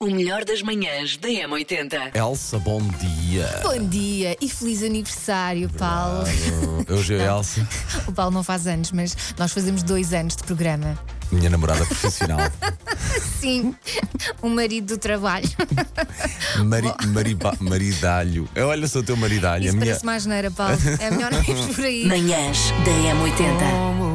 O melhor das manhãs da M80. Elsa, bom dia. Bom dia e feliz aniversário, Paulo. Hoje é Elsa, O Paulo não faz anos, mas nós fazemos dois anos de programa. minha namorada profissional. Sim, o marido do trabalho. Mari, mariba- maridalho. Eu, olha, sou teu maridalho. Isso a minha... parece mais neira, Paulo. É melhor não ir por aí. Manhãs da M80. um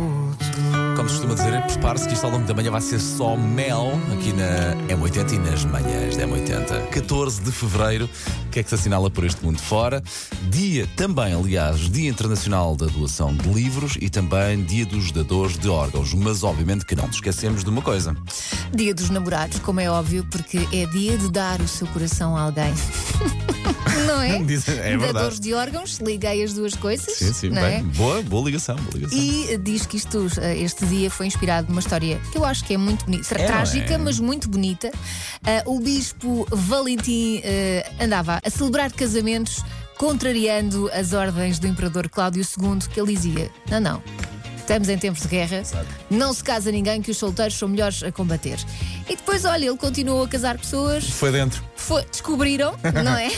Como se costuma dizer, prepare-se que isto ao longo da manhã vai ser só mel aqui na M80 e nas manhãs da M80. 14 de fevereiro, o que é que se assinala por este mundo fora? Dia também, aliás, Dia Internacional da Doação de Livros e também Dia dos Dadores de Órgãos. Mas obviamente que não nos esquecemos de uma coisa. Dia dos namorados, como é óbvio, porque é dia de dar o seu coração a alguém. Não é? Diz- é verdade. Dadores de órgãos, liguei as duas coisas. Sim, sim, não bem. é? Boa, boa ligação, boa ligação. E diz que isto, eh, este dia foi inspirado numa história que eu acho que é muito bonita, É, não é? trágica, mas muito bonita. Ah, o bispo Valentim eh, andava a celebrar casamentos contrariando as ordens do imperador Cláudio II, que ele dizia: não, não. Estamos em tempos de guerra, não se casa ninguém que os solteiros são melhores a combater. E depois, olha, ele continuou a casar pessoas, Foi dentro. foi- descobriram, não é?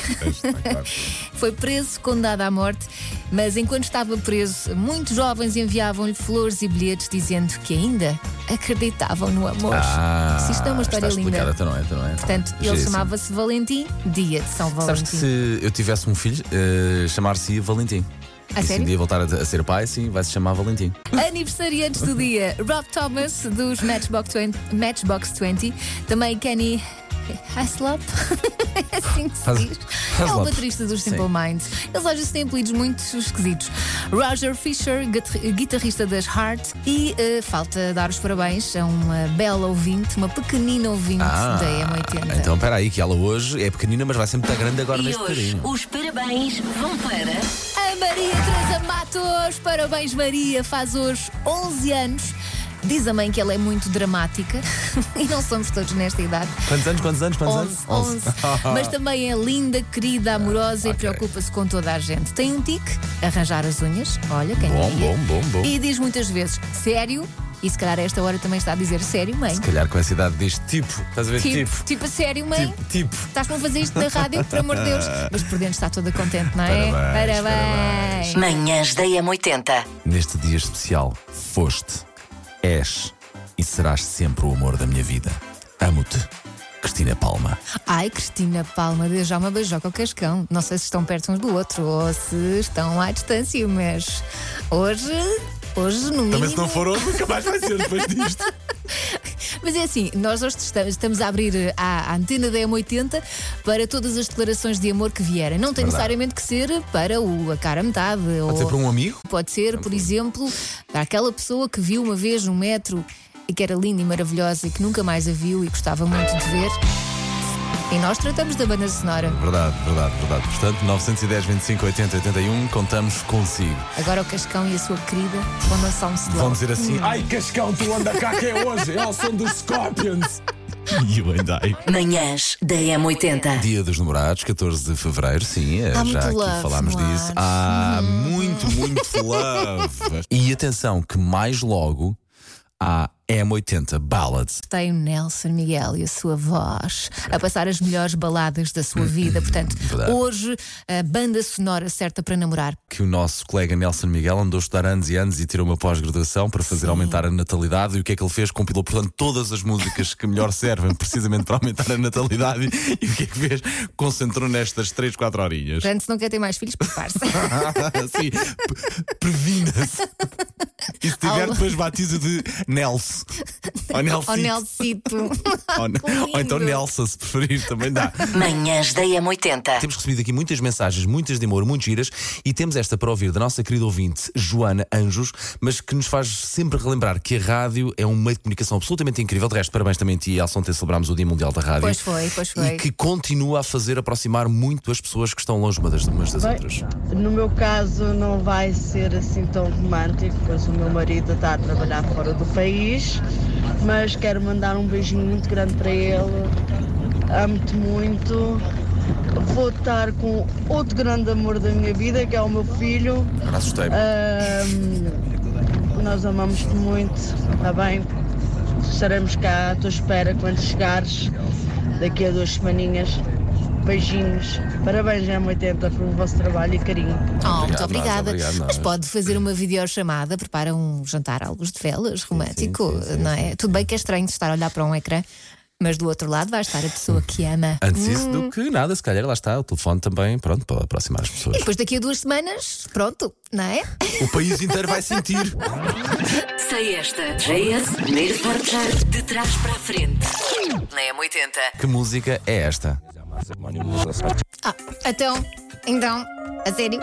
Foi preso, condenado à morte, mas enquanto estava preso, muitos jovens enviavam-lhe flores e bilhetes dizendo que ainda acreditavam no amor. Se isto é uma história Ah, está explicado, linda. então não é, então não é. Portanto, ele Giríssimo. chamava-se Valentim, dia de São Sabes Valentim. que se eu tivesse um filho, eh, chamar-se Valentim. A e se um sério? dia voltar a, a ser pai, sim, vai-se chamar Valentim. Aniversariantes do dia, Rob Thomas dos Matchbox 20, Matchbox 20 também Kenny Haslop. É assim que se Has- diz. É o Haslup. baterista dos Simple Sim. Minds. Eles às vezes têm apelidos muito esquisitos. Roger Fisher, guit- guitarrista das Heart. E eh, falta dar os parabéns a uma bela ouvinte, uma pequenina ouvinte da M80. então espera aí, que ela hoje é pequenina, mas vai ser muito grande agora E neste hoje bocadinho. os parabéns vão para. A Maria Teresa Matos, parabéns Maria, faz hoje 11 anos. Diz a mãe que ela é muito dramática e não somos todos nesta idade. Quantos anos, quantos anos, quantos 11, anos? 11. Mas também é linda, querida, amorosa e ok. preocupa-se com toda a gente. Tem um tique, arranjar as unhas, olha quem Bom, diria. bom, bom, bom. E diz muitas vezes, sério, e se calhar a esta hora também está a dizer, sério, mãe? Se calhar com essa idade deste tipo, estás a ver? Tipo, tipo, a sério, mãe? tipo, tipo. Estás-me a fazer isto na rádio, por amor de Deus. Mas por dentro está toda contente, não é? Parabéns, parabéns. Manhãs da M80. Neste dia especial, foste, és e serás sempre o amor da minha vida. Amo-te, Cristina Palma. Ai, Cristina Palma de Jalma Beijoca ao Cascão. Não sei se estão perto uns do outro ou se estão à distância, mas hoje, hoje no mínimo. hoje, nunca mais vai ser depois disto. Mas é assim, nós hoje esta- estamos a abrir eh, a a antena da M80 para todas as declarações de amor que vierem. Não tem Verdade. necessariamente que ser para o a cara a metade. ou... Pode ser para um amigo? Pode ser, por exemplo, para aquela pessoa que viu uma vez no metro e que era linda e maravilhosa e que nunca mais a viu e gostava muito de ver. E nós tratamos da banda sonora. Verdade, verdade, verdade. Portanto, 910, 25, 80, 81, contamos consigo. Agora o Cascão e a sua querida vão lançar um slow. Vão dizer assim: Ai, Cascão, tu anda cá que é hoje, é o som dos Scorpions. you and I. Manhãs da M80. Dia dos Namorados, 14 de fevereiro, sim, é, Há muito já aqui love, falámos não há? disso. Há muito, muito love. E atenção, que mais logo há M80 Ballads. Tem o Nelson Miguel e a sua voz a passar as melhores baladas da sua vida. Portanto, Verdade. hoje a banda sonora certa para namorar. que o nosso colega Nelson Miguel andou a estudar anos e anos e tirou uma pós-graduação para fazer aumentar a natalidade. E o que é que ele fez? Compilou, portanto, todas as músicas que melhor servem precisamente para aumentar a natalidade. E o que é que fez? Concentrou nestas 3, 4 horinhas. Portanto, se não quer ter mais filhos, prepare-se. Sim, pre- previna-se. E se tiver, Ao- depois batiza de Nelson. Ou Nelson. Ó Nelsito. Ou, ou então Tá lindo. Nelson, se preferir, também dá. Manhãs da M80. Temos recebido aqui muitas mensagens, muitas de amor, muito giras, e temos esta para ouvir da nossa querida ouvinte, Joana Anjos, mas que nos faz sempre relembrar que a rádio é um meio de comunicação absolutamente incrível. De resto, parabéns também a ti, Elson, ter celebramos o Dia Mundial da Rádio. Pois foi, pois foi. E que continua a fazer aproximar muito as pessoas que estão longe umas das, umas das Bem, outras. No meu caso, não vai ser assim tão romântico, pois o meu marido está a trabalhar fora do país. Mas quero mandar um beijinho muito grande para ele. Amo-te muito. Vou estar com outro grande amor da minha vida, que é o meu filho. Agora assustei-me. Ahm, nós amamos-te tá muito, está bem? Estaremos cá à tua espera quando chegares. daqui a duas semaninhas. Beijinhos. Parabéns, M80, pelo vosso trabalho e carinho. Oh, Obrigado, muito nós, obrigada. obrigado, nós. Mas pode fazer uma videochamada, prepara um jantar à luz de velas, romântico, sim, sim, não é? Tudo bem que é estranho de estar a olhar para um ecrã, mas do outro lado vai estar a pessoa que ama. Antes isso Hum. do que nada, se calhar lá está o telefone também, pronto, para aproximar as pessoas. E depois daqui a duas semanas, pronto, não é? O país inteiro vai sentir. Sei esta. JS, primeiro portar de trás para a frente. Na M80. Que música é esta? Ah, então, então, a sério,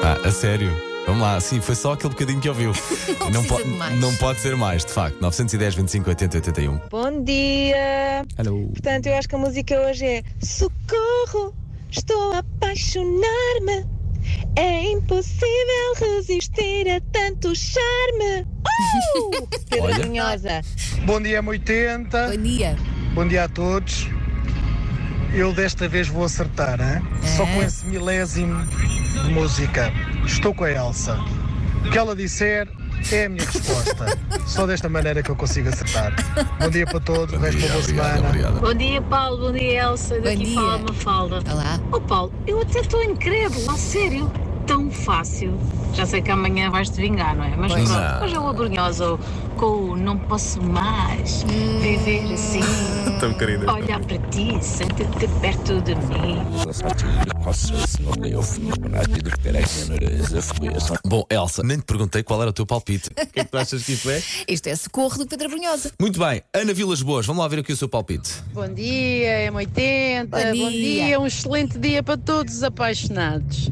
Ah, a sério? Vamos lá, sim, foi só aquele bocadinho que ouviu. Não precisa pode, de mais. não pode ser mais, de facto. 910, 25, 80, 81. Bom dia! Hello. Portanto, eu acho que a música hoje é Socorro, estou a apaixonar-me. É impossível resistir a tanto charme. Uh! Pedra Olha. Brunhosa. Bom dia, M80. bom dia. Bom dia a todos. Eu desta vez vou acertar, hein? só com esse milésimo de música. Estou com a Elsa. O que ela disser é a minha resposta. só desta maneira que eu consigo acertar. Bom dia para todos, o resto da boa semana. obrigado. Bom dia, Paulo. Bom dia, Elsa. Daqui dia. fala Mafalda. Olá. Oh, Paulo, eu até estou incrédulo, a sério. Tão fácil. Já sei que amanhã vais-te vingar, não é? Mas Pois pronto, não. hoje é o abrunhoso com o não posso mais viver Hum. assim. Tão querida. Olhar para ti, sentir-te perto de mim. Bom, Elsa, nem te perguntei qual era o teu palpite. O que é que tu achas que isto é? Isto é socorro do Pedra Brunhosa. Muito bem, Ana Vilas Boas, vamos lá ver aqui o seu palpite. Bom dia, M80. Bom dia. um excelente dia para todos os apaixonados.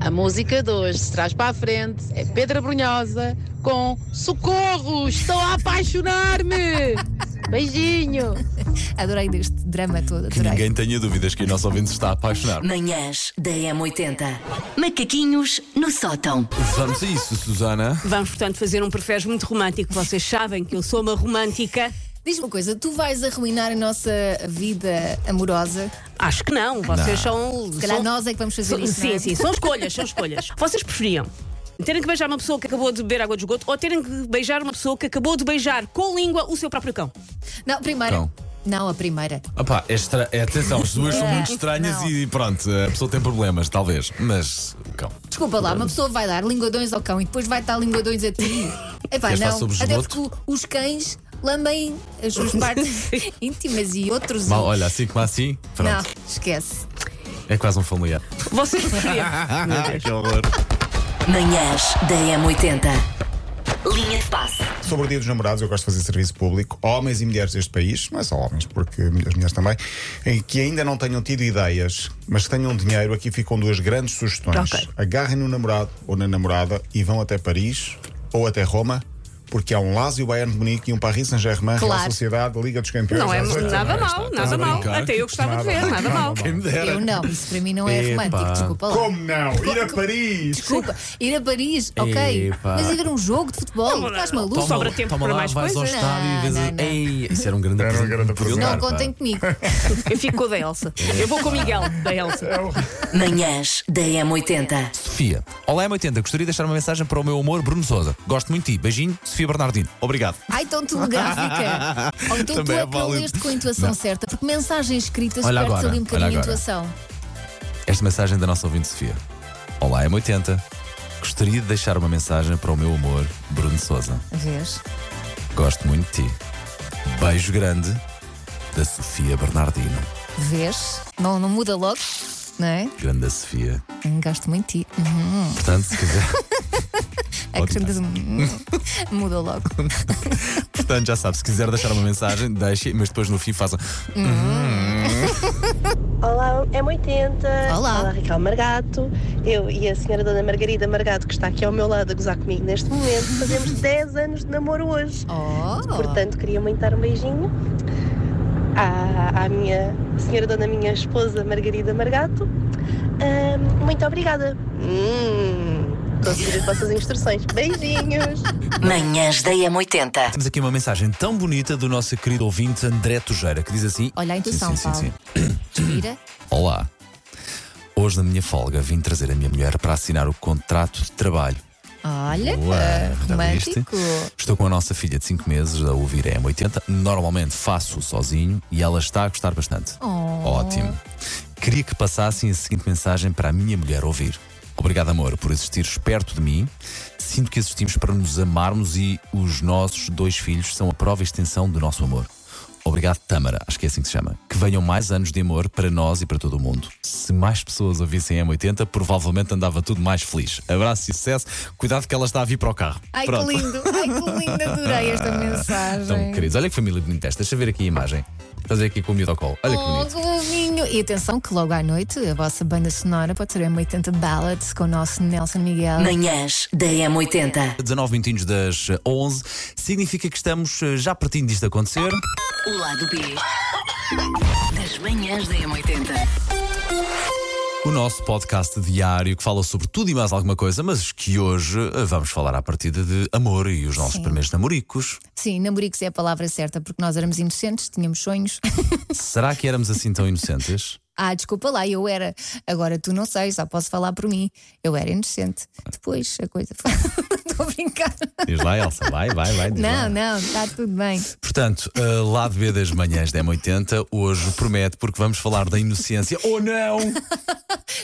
A música de hoje se traz para a frente é Pedra Brunhosa com Socorro, estou a apaixonar-me. Beijinho. Adorei deste drama todo, Que adorei. ninguém tenha dúvidas que o nosso ouvinte se está a apaixonar. Manhãs da M80. Macaquinhos no sótão. Vamos a isso, Susana. Vamos, portanto, fazer um perfés muito romântico. Vocês sabem que eu sou uma romântica. Diz-me uma coisa, tu vais arruinar a nossa vida amorosa? Acho que não. Vocês são. Se calhar são- nós é que vamos fazer são- isso. não é? Sim, sim, são escolhas, são escolhas. Vocês preferiam terem que beijar uma pessoa que acabou de beber água de esgoto ou terem que beijar uma pessoa que acabou de beijar com língua o seu próprio cão? Não, primeira. Não. Não, a primeira. Opa, é estra... é, atenção, as duas são É, muito estranhas não. e pronto, a pessoa tem problemas, talvez. Mas, cão. Desculpa lá, uma pessoa vai dar linguadões ao cão e depois vai dar linguadões a ti. Epá, Queres falar não. sobre Até esgoto? porque os cães lambem as suas partes íntimas e outros. Mal, olha, assim como assim, Não, pronto. esquece. É quase um familiar. Vocês preferiam. É que horror. Manhãs da M80. Linha de passe. Sobre o Dia dos Namorados, eu gosto de fazer serviço público, homens e mulheres deste país, não é só homens, porque as mulheres também, em que ainda não tenham tido ideias, mas que tenham dinheiro, aqui ficam duas grandes sugestões. Ok. Agarrem no namorado ou na namorada e vão até Paris ou até Roma. Porque há um Lazio Bayern de Munique e um Paris Saint-Germain, Real Claro. Sociedade, Liga dos Campeões. Não é às oito. nada estás mal, a nada mal. brincar? Até eu gostava de ver, Nada, nada mal. nada Quem me dera. Eu não, isso para mim não é Epá. romântico, desculpa lá. Como não? Ir a Paris! Desculpa, ir a Paris, ok. Epá. Mas ir ver um jogo de futebol, estás maluco? Toma. sobra tempo toma para lá, mais vais coisas. ao estádio e vês. Não, não, não. Ei, isso era um grande Era um presente. grande que podiam presente. dar, Não pá. contem comigo. Eu fico com o da Elsa. Eu vou com o Miguel, da Elsa. Manhãs da M80. Sofia, olá M80, gostaria de deixar uma mensagem para o meu amor Bruno Souza. Gosto muito de ti. Beijinho, Sofia Bernardino. Obrigado. Ai, então telegráfica. Ou então Também tu é é que não válido. leste com a intuação Não. certa, porque mensagem escrita Olha perde-se agora, ali um bocadinho olha a agora. intuação. Esta mensagem é da nossa ouvinte Sofia. Olá M80, gostaria de deixar uma mensagem para o meu amor Bruno Souza. Vês? Gosto muito de ti. Beijo grande da Sofia Bernardino. Vês? Não, não muda logo, não é? Grande da Sofia. Hum, Gosto muito de ti. Uhum. Portanto, se quiser. Acrescentas um. Muda logo. Portanto, já sabe, se quiser deixar uma mensagem, deixe, mas depois no fim faça. Uhum. Olá, M80. Olá. Olá, Raquel Margato. Eu e a senhora Dona Margarida Margato, que está aqui ao meu lado a gozar comigo neste momento, fazemos 10 anos de namoro hoje. Oh! Portanto, queria muito dar um beijinho à, à minha senhora dona, minha esposa Margarida Margato. Ahm, muito obrigada. Hum, estou a seguir as vossas instruções. Beijinhos! Manhãs da M80. Temos aqui uma mensagem tão bonita do nosso querido ouvinte André Tujeira, que diz assim: Olha a intuição, sim, sim, sim, Gira. sim. Olá. Hoje, na minha folga, vim trazer a minha mulher para assinar o contrato de trabalho. Olha, Boa, ah, já viste? romântico. Estou com a nossa filha de 5 meses a ouvir a M80. Normalmente faço sozinho e ela está a gostar bastante. Oh. Ótimo. Queria que passassem a seguinte mensagem para a minha mulher ouvir. Obrigado, amor, por existires perto de mim. Sinto que existimos para nos amarmos e os nossos dois filhos são a prova e extensão do nosso amor. Obrigado, Tâmara, acho que é assim que se chama. Que venham mais anos de amor para nós e para todo o mundo. Se mais pessoas ouvissem a M80, provavelmente andava tudo mais feliz. Abraço e sucesso. Cuidado que ela está a vir para o carro. Ai, Pronto. Então, que lindo, ai, que lindo, adorei esta mensagem. Tão queridos. Olha que família bonita esta. Deixa eu ver aqui a imagem. Estás a ver aqui com o miúdo ao colo. Olha que Oh, bonito. que bobinho! E atenção que logo à noite a vossa banda sonora pode ser a M80 Ballads com o nosso Nelson Miguel. Manhãs da M80. 19 minutinhos das eh, 11. Significa que estamos eh, já pertinho disto acontecer. O lado B das manhãs da M80. O nosso podcast diário que fala sobre tudo e mais alguma coisa, mas que hoje eh, vamos falar à partida de amor e os nossos Sim. primeiros namoricos. Sim, namoricos é a palavra certa porque nós éramos inocentes, tínhamos sonhos. Será que éramos assim tão inocentes? ah, desculpa lá, eu era. Agora tu não sei, só posso falar por mim. Eu era inocente. Depois a coisa foi. Estou a brincar. Diz lá, Elsa, vai, vai, vai. diz lá. Não, não, está tudo bem. Portanto, eh, lado B das manhãs da M80, hoje promete, porque vamos falar da inocência ou não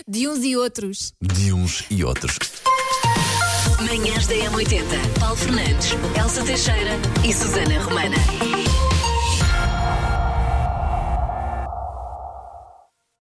De uns e outros. de uns e outros. Manhãs da M80. Paulo Fernandes, Elsa Teixeira e Susana Romana.